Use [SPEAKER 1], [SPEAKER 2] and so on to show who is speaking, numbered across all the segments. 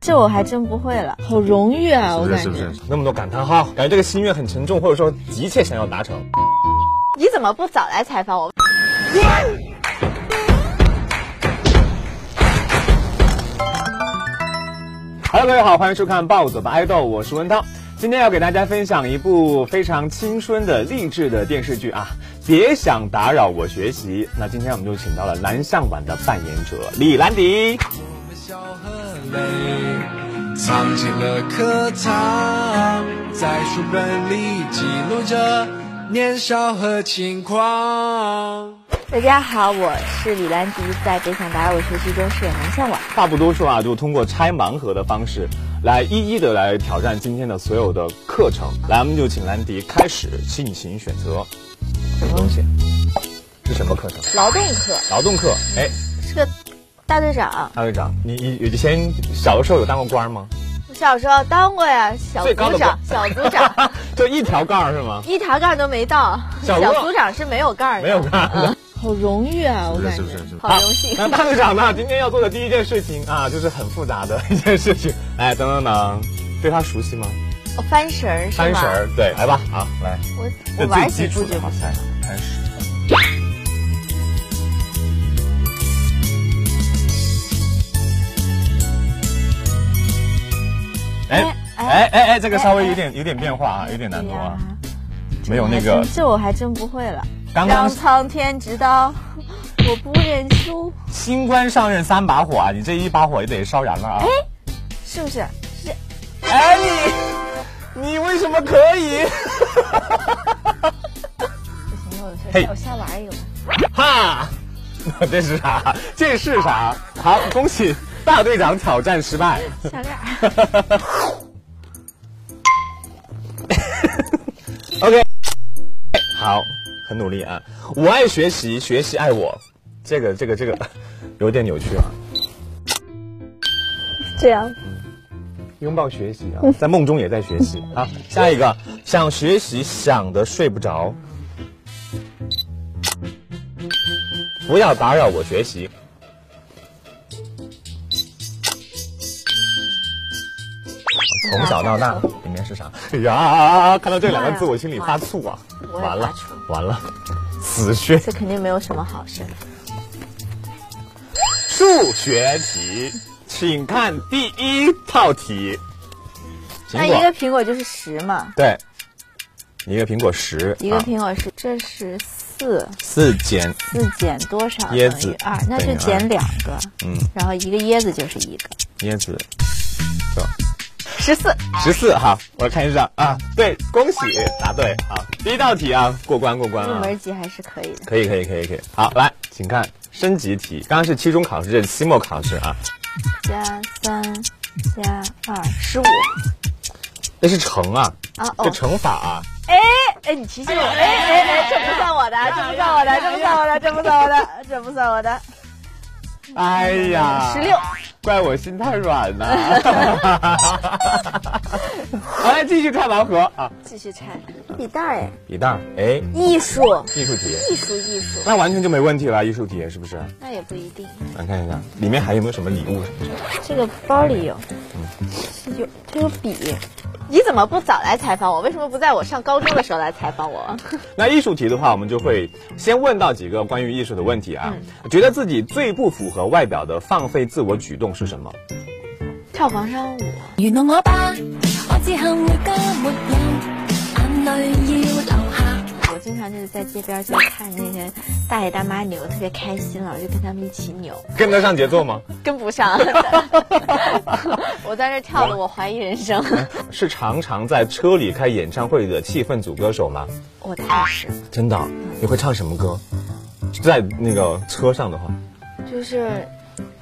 [SPEAKER 1] 这我还真不会了，好荣誉啊！我感觉
[SPEAKER 2] 那么多感叹号，感觉这个心愿很沉重，或者说急切想要达成。
[SPEAKER 1] 你怎么不早来采访我？
[SPEAKER 2] Hello，各位好，欢迎收看《暴走吧爱豆》，我是文涛。今天要给大家分享一部非常青春的励志的电视剧啊，《别想打扰我学习》。那今天我们就请到了南向版的扮演者李兰迪。
[SPEAKER 3] 我们笑和泪，藏进了课堂，在书本里记录着年少和轻狂。
[SPEAKER 1] 大家好，我是李兰迪，在《别想打扰我学习》中饰演南向晚。
[SPEAKER 2] 大不多说啊，就通过拆盲盒的方式来一一的来挑战今天的所有的课程。来，我们就请兰迪开始进行选择。什么东西？是什么课程？
[SPEAKER 1] 劳动课
[SPEAKER 2] 劳动课。哎，
[SPEAKER 1] 是个大队长，啊
[SPEAKER 2] 大队长，你你以前小的时候有当过官吗？
[SPEAKER 1] 我小时候当过呀，小
[SPEAKER 2] 最高
[SPEAKER 1] 组
[SPEAKER 2] 的
[SPEAKER 1] 长，小组长，
[SPEAKER 2] 就一条杠儿是吗？
[SPEAKER 1] 一条杠都没到，
[SPEAKER 2] 小
[SPEAKER 1] 小
[SPEAKER 2] 组长
[SPEAKER 1] 组长是没有杠的，
[SPEAKER 2] 没有杠儿。
[SPEAKER 1] 好荣誉啊！我感觉
[SPEAKER 3] 是不是是不
[SPEAKER 1] 好荣幸。
[SPEAKER 2] 那大队长呢？今天要做的第一件事情啊，就是很复杂的一件事情。哎，等等等，对他熟悉吗？
[SPEAKER 1] 哦翻绳儿是吗？
[SPEAKER 2] 翻绳儿，对，来吧，啊，来，
[SPEAKER 1] 我我
[SPEAKER 2] 这
[SPEAKER 1] 玩
[SPEAKER 2] 最
[SPEAKER 1] 起
[SPEAKER 2] 基
[SPEAKER 1] 步
[SPEAKER 2] 础
[SPEAKER 1] 就
[SPEAKER 2] 的，好，来，开始。哎哎哎哎，这个稍微有点有点变化啊，有
[SPEAKER 1] 哎
[SPEAKER 2] 点难度啊，没有那个
[SPEAKER 1] 这我还真不会了。
[SPEAKER 2] 刚
[SPEAKER 1] 让
[SPEAKER 2] 刚
[SPEAKER 1] 苍天知道，我不认输，
[SPEAKER 2] 新官上任三把火啊，你这一把火也得烧燃了啊！
[SPEAKER 1] 是不是？是
[SPEAKER 2] 哎，你你为什么可以？
[SPEAKER 1] 不行，我
[SPEAKER 2] 嘿
[SPEAKER 1] 我瞎玩一个吧。
[SPEAKER 2] 哈， 这是啥？这是啥？好，恭喜大队长挑战失败。
[SPEAKER 1] 小盖儿，
[SPEAKER 2] OK，好，很努力啊！我爱学习，学习爱我。这个这个这个有点扭曲啊！
[SPEAKER 1] 这样
[SPEAKER 2] 拥抱学习啊， 在梦中也在学习啊。下一个，想学习想的睡不着，不要打扰我学习。从小到大里面是啥？ 哎呀，看到这两个字我心里发醋啊！
[SPEAKER 1] 我也
[SPEAKER 2] 完了
[SPEAKER 1] 发怵
[SPEAKER 2] 完了，死穴
[SPEAKER 1] 这肯定没有什么好事。
[SPEAKER 2] 数学题，请看第一套题。
[SPEAKER 1] 那
[SPEAKER 2] 苹
[SPEAKER 1] 一
[SPEAKER 2] 果
[SPEAKER 1] 个苹果就是十嘛，
[SPEAKER 2] 对，一个苹果十，
[SPEAKER 1] 一个
[SPEAKER 2] 啊
[SPEAKER 1] 苹果是这是四，
[SPEAKER 2] 四减，
[SPEAKER 1] 四减多少
[SPEAKER 2] 椰
[SPEAKER 1] 等
[SPEAKER 2] 子
[SPEAKER 1] 于二，那
[SPEAKER 2] 等
[SPEAKER 1] 就
[SPEAKER 2] 于
[SPEAKER 1] 减
[SPEAKER 2] 二
[SPEAKER 1] 两个，
[SPEAKER 2] 嗯，
[SPEAKER 1] 然后一个椰子就是一个
[SPEAKER 2] 椰子
[SPEAKER 1] 十四。
[SPEAKER 2] 十四，好，我看一下啊，对，恭喜答对，好，第一道题啊，过关过关
[SPEAKER 1] 入
[SPEAKER 2] 啊，
[SPEAKER 1] 门级还是可以的。
[SPEAKER 2] 可以可以可以可以，好，来，请看升级题，刚刚是期中考试，这是期末考试啊，
[SPEAKER 1] 加三加二十五
[SPEAKER 2] 那是乘啊，
[SPEAKER 1] 啊
[SPEAKER 2] 这
[SPEAKER 1] 哦，
[SPEAKER 2] 乘法啊，
[SPEAKER 1] 哎哎，你提醒我，哎哎哎，这不算我的，这不算我的，这不算我的，这不算我的，这不算我的，
[SPEAKER 2] 哎
[SPEAKER 1] 嗯
[SPEAKER 2] 呀，
[SPEAKER 1] 十六，
[SPEAKER 2] 怪我心太软了， 好，来继续看盲盒啊，
[SPEAKER 1] 继续拆笔袋儿哎，
[SPEAKER 2] 一袋儿，哎，
[SPEAKER 1] 艺术
[SPEAKER 2] 艺术题，
[SPEAKER 1] 艺术艺术，
[SPEAKER 2] 那完全就没问题了，艺术题是不是？
[SPEAKER 1] 那也不一定，
[SPEAKER 2] 来看一下里面还有没有什么礼物？
[SPEAKER 1] 这个包里有，有这个笔。你怎么不早来采访我？为什么不在我上高中的时候来采访 我？
[SPEAKER 2] 那艺术题的话，我们就会先问到几个关于艺术的问题啊。
[SPEAKER 1] 嗯
[SPEAKER 2] 觉得自己最不符合外表的放飞自我举动是什么？
[SPEAKER 1] 跳广场舞，
[SPEAKER 4] 原谅我吧，我之後會加沒有眼淚要流下。
[SPEAKER 1] 我经常就是在街边就看那些大爷大妈扭，特别开心了，我就跟他们一起扭。
[SPEAKER 2] 跟得上节奏吗？
[SPEAKER 1] 跟不 上，我在这跳的，我怀疑人生。
[SPEAKER 2] 是常常在车里开演唱会的气氛组歌手吗？
[SPEAKER 1] 我当时
[SPEAKER 2] 真的？你会唱什么歌？在那个车上的话，
[SPEAKER 1] 就是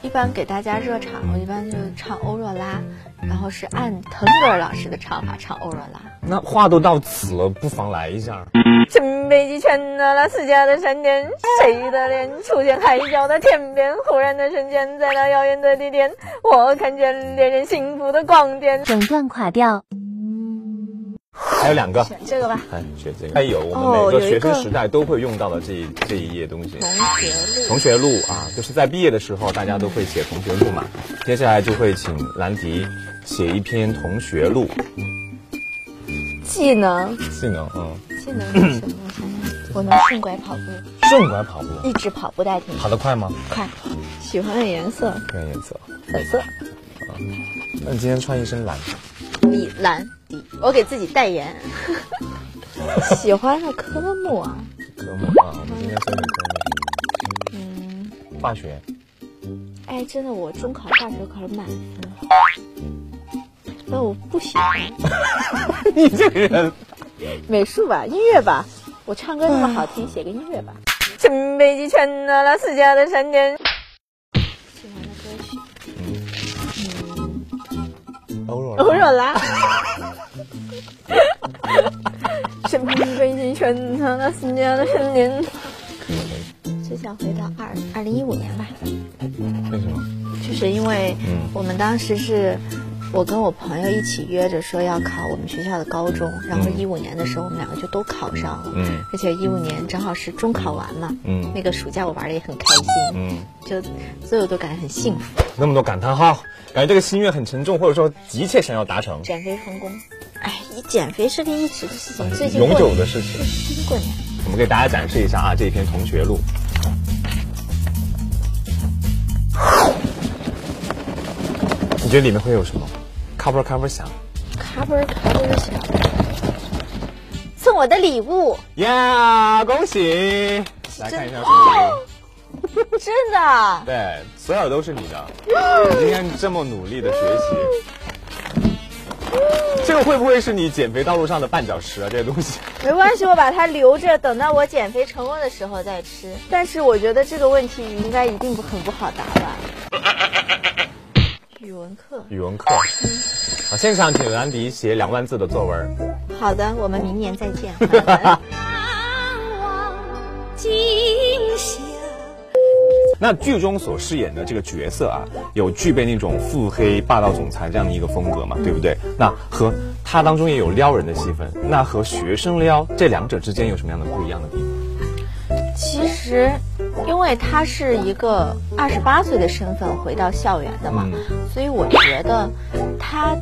[SPEAKER 1] 一般给大家热场，我一般就唱欧若拉，然后是按腾格尔老师的唱法唱欧若拉。
[SPEAKER 2] 那话都到此了，不妨来一下。
[SPEAKER 1] 嗯乘北极圈的拉斯加的山巅，谁的脸出现海角的天边？忽然的瞬间，在那遥远的地点，我看见恋人幸福的光点。
[SPEAKER 5] 整段垮掉。
[SPEAKER 2] 还有两个，
[SPEAKER 1] 选这个吧，
[SPEAKER 2] 哎，学这个。还有我
[SPEAKER 1] 哦
[SPEAKER 2] 们每
[SPEAKER 1] 有
[SPEAKER 2] 个
[SPEAKER 1] 一
[SPEAKER 2] 学生
[SPEAKER 1] 个
[SPEAKER 2] 时代都会用到的这一这一页东西。
[SPEAKER 1] 《同学录》。
[SPEAKER 2] 同学录啊，就是在毕业的时候，大家都会写同学录嘛。接下来就会请兰迪写一篇同学录，
[SPEAKER 1] 技能，
[SPEAKER 2] 技能，嗯，
[SPEAKER 1] 技能是什么？我想想，我能顺拐跑步，
[SPEAKER 2] 顺拐跑步，
[SPEAKER 1] 一直跑不带停。
[SPEAKER 2] 跑得快吗？
[SPEAKER 1] 快，喜欢的颜色
[SPEAKER 2] 看颜色。
[SPEAKER 1] 粉色，
[SPEAKER 2] 嗯那你今天穿一身蓝，
[SPEAKER 1] 米兰迪。我给自己代 言。喜欢的科目啊，
[SPEAKER 2] 科目啊，我们今天算是科
[SPEAKER 1] 嗯，
[SPEAKER 2] 目，化学。
[SPEAKER 1] 哎，真的，我中考、大学考了满分，但我不喜欢
[SPEAKER 2] 你这个人，
[SPEAKER 1] 美术吧，音乐吧。我唱歌那么好听，写个音乐吧。乘北极圈阿拉斯加的山巅。喜欢的歌曲，
[SPEAKER 2] 欧若拉
[SPEAKER 1] 欧若 拉。乘北极圈阿拉斯加的山巅。只想回到二二零一五年吧。
[SPEAKER 2] 为什么？
[SPEAKER 1] 就是因为
[SPEAKER 2] 嗯
[SPEAKER 1] 我们当时是。我跟我朋友一起约着说要考我们学校的高中，然后
[SPEAKER 2] 嗯
[SPEAKER 1] 一五年的时候我们两个就都考上了，
[SPEAKER 2] 嗯
[SPEAKER 1] 而且一五年正好是中考完嘛，
[SPEAKER 2] 嗯
[SPEAKER 1] 那个暑假我玩的也很开心，
[SPEAKER 2] 嗯，
[SPEAKER 1] 就所有都感觉很幸福，
[SPEAKER 2] 那么多感叹号，感觉这个心愿很沉重，或者说急切想要达成，
[SPEAKER 1] 减肥成功，哎，一减肥是个一直的事情，最近
[SPEAKER 2] 哎永
[SPEAKER 1] 过
[SPEAKER 2] 久
[SPEAKER 1] 年，
[SPEAKER 2] 的事情。
[SPEAKER 1] 最近过年，
[SPEAKER 2] 我们给大家展示一下啊，这一篇同学录。你觉得里面会有什么？咔嘣咔嘣响，
[SPEAKER 1] 咔嘣儿咔嘣儿响，送我的礼物，
[SPEAKER 2] 呀、恭喜！来看一下什么礼物？
[SPEAKER 1] 真的，
[SPEAKER 2] 对，所有都是你的。你今天这么努力的学习，这个会不会是你减肥道路上的绊脚石啊？这些东西，
[SPEAKER 1] 没关系，我把它留着，等到我减肥成功的时候再吃。但是我觉得这个问题应该一定不很不好答吧。语文课，
[SPEAKER 2] 语文课。啊，现场请兰迪写两万字的作文。
[SPEAKER 1] 好的，我们明年再见。晚安
[SPEAKER 4] 难忘今宵。
[SPEAKER 2] 那剧中所饰演的这个角色啊，有具备那种腹黑霸道总裁这样的一个风格嘛，对不对？那和他当中也有撩人的戏份，那和学生撩这两者之间有什么样的不一样的地方？
[SPEAKER 1] 其实，因为他是一个二十八岁的身份回到校园的嘛，所以我觉得他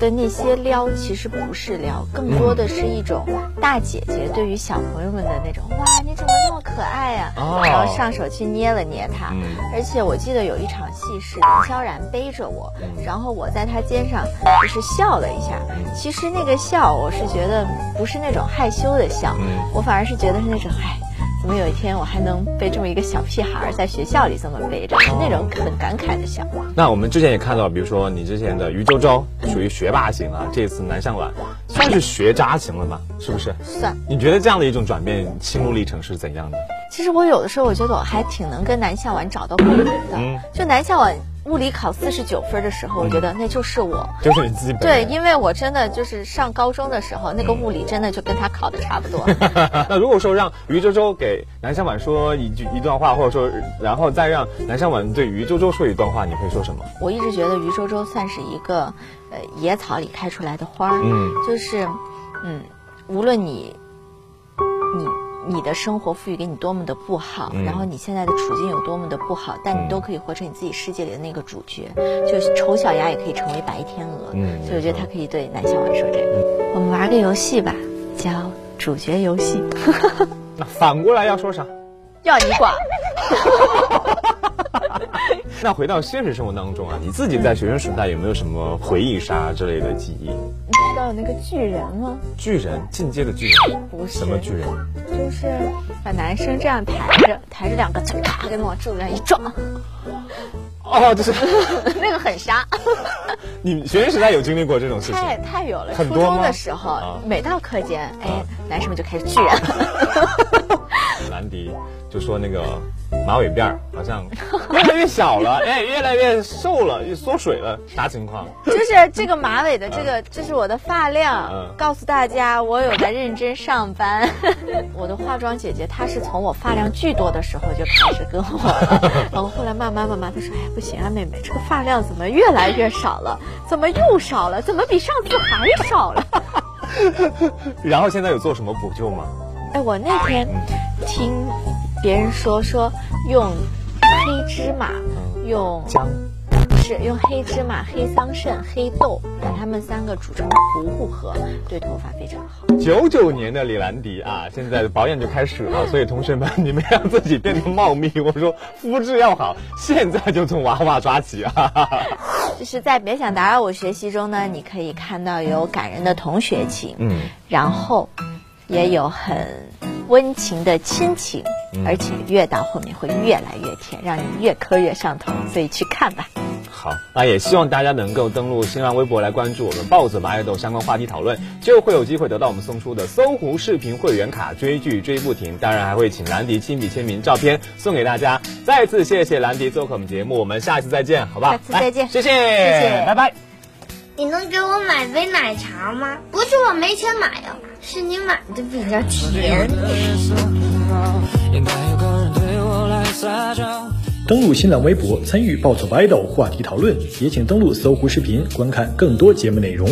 [SPEAKER 1] 的那些撩其实不是撩，更多的是一种大姐姐对于小朋友们的那种哇，你怎么那么可爱呀、
[SPEAKER 2] 哦
[SPEAKER 1] 然后上手去捏了捏他。
[SPEAKER 2] 嗯
[SPEAKER 1] 而且我记得有一场戏是萧然背着我，
[SPEAKER 2] 嗯
[SPEAKER 1] 然后我在他肩上就是笑了一下。其实那个笑，我是觉得不是那种害羞的笑，
[SPEAKER 2] 嗯
[SPEAKER 1] 我反而是觉得是那种哎。怎么有一天我还能被这么一个小屁孩儿在学校里这么背着，是那种很感慨的笑。
[SPEAKER 2] 那我们之前也看到，比如说你之前的于周周属于学霸型啊，这次南向晚算是学渣型了吧？是不是？
[SPEAKER 1] 算，
[SPEAKER 2] 你觉得这样的一种转变，心路历程是怎样的？
[SPEAKER 1] 其实我有的时候我觉得我还挺能跟南向晚找到共鸣的。
[SPEAKER 2] 嗯
[SPEAKER 1] 就南向晚物理考四十九分的时候，我觉得那就是我。
[SPEAKER 2] 就是你自己本
[SPEAKER 1] 对，
[SPEAKER 2] 人。
[SPEAKER 1] 因为我真的就是上高中的时候，那个物理真的就跟他考的差不多。
[SPEAKER 2] 嗯那如果说让于周周给南向晚说一句一段话，或者说然后再让南向晚对于周周说一段话，你会说什么？
[SPEAKER 1] 我一直觉得余周周算是一个，呃，野草里开出来的花儿，
[SPEAKER 2] 嗯
[SPEAKER 1] 就是，嗯，无论你，你你的生活赋予给你多么的不好，
[SPEAKER 2] 嗯
[SPEAKER 1] 然后你现在的处境有多么的不好，但
[SPEAKER 2] 嗯
[SPEAKER 1] 你都可以活成你自己世界里的那个主角，就是丑小鸭也可以成为白天鹅，
[SPEAKER 2] 嗯
[SPEAKER 1] 所以我觉得他可以对南小婉说这个。我们玩个游戏吧，叫主角游戏，
[SPEAKER 2] 那反过来要说啥？
[SPEAKER 1] 要你管。
[SPEAKER 2] 那回到现实生活当中啊，你自己在学生时代有没有什么回忆杀之类的记忆？
[SPEAKER 1] 你知道有那个巨人吗？
[SPEAKER 2] 巨人进阶的巨人，
[SPEAKER 1] 不是
[SPEAKER 2] 什么巨人？
[SPEAKER 1] 就是把男生这样抬着，抬着两个，咔给他往柱子上一撞，
[SPEAKER 2] 哦，就是
[SPEAKER 1] 那个很杀，
[SPEAKER 2] 你学生时代有经历过这种事情？
[SPEAKER 1] 太太有了。
[SPEAKER 2] 很
[SPEAKER 1] 初
[SPEAKER 2] 多吗
[SPEAKER 1] 中的时候
[SPEAKER 2] 啊，
[SPEAKER 1] 每到课间，哎
[SPEAKER 2] 啊，
[SPEAKER 1] 男生们就开始巨人，
[SPEAKER 2] 兰迪就说那个马尾辫儿好像越来越小 了，哎，越来越瘦了，越缩水了，啥情况？
[SPEAKER 1] 就是这个马尾的这个，这是我的发量
[SPEAKER 2] 嗯，
[SPEAKER 1] 告诉大家我有在认真上班。 我的化妆姐姐她是从我发量巨多的时候就开始跟我了， 然后后来慢慢慢慢她说，哎，不行啊，妹妹，这个发量怎么越来越少了？怎么又少了？怎么比上次还少了？
[SPEAKER 2] 然后现在有做什么补救吗？
[SPEAKER 1] 哎，我那天听别人说说用黑芝麻，用
[SPEAKER 2] 姜
[SPEAKER 1] 不是用黑芝麻、黑桑葚、黑豆，把它们三个煮成糊糊喝，对头发非常好。
[SPEAKER 2] 九九年的李兰迪啊，现在保养就开始了， 所以同学们，你们让自己变得茂密，我说肤质要好，现在就从娃娃抓起啊。
[SPEAKER 1] 就是在《别想打扰我学习》中呢，你可以看到有感人的同学情，
[SPEAKER 2] 嗯，
[SPEAKER 1] 然后也有很温情的亲情，而且越到后面会越来越甜，让你越磕越上头，所以去看吧。
[SPEAKER 2] 好，那也希望大家能够登录新浪微博来关注我们豹子吧爱豆相关话题讨论，就会有机会得到我们送出的搜狐视频会员卡，追剧追不停。当然还会请兰迪亲笔签名照片送给大家。再次谢谢兰迪做客我们节目，我们下一次再见，好不好？
[SPEAKER 1] 下次再见
[SPEAKER 2] 来谢谢，
[SPEAKER 1] 谢
[SPEAKER 2] 拜拜。
[SPEAKER 5] 你能给我买杯奶茶吗？不是我没钱买呀、是你买的比较甜。
[SPEAKER 3] 眼袋有个人对我来撒娇。
[SPEAKER 6] 登录新浪微博参与暴走 idol 话题讨论，也请登录搜狐视频观看更多节目内容。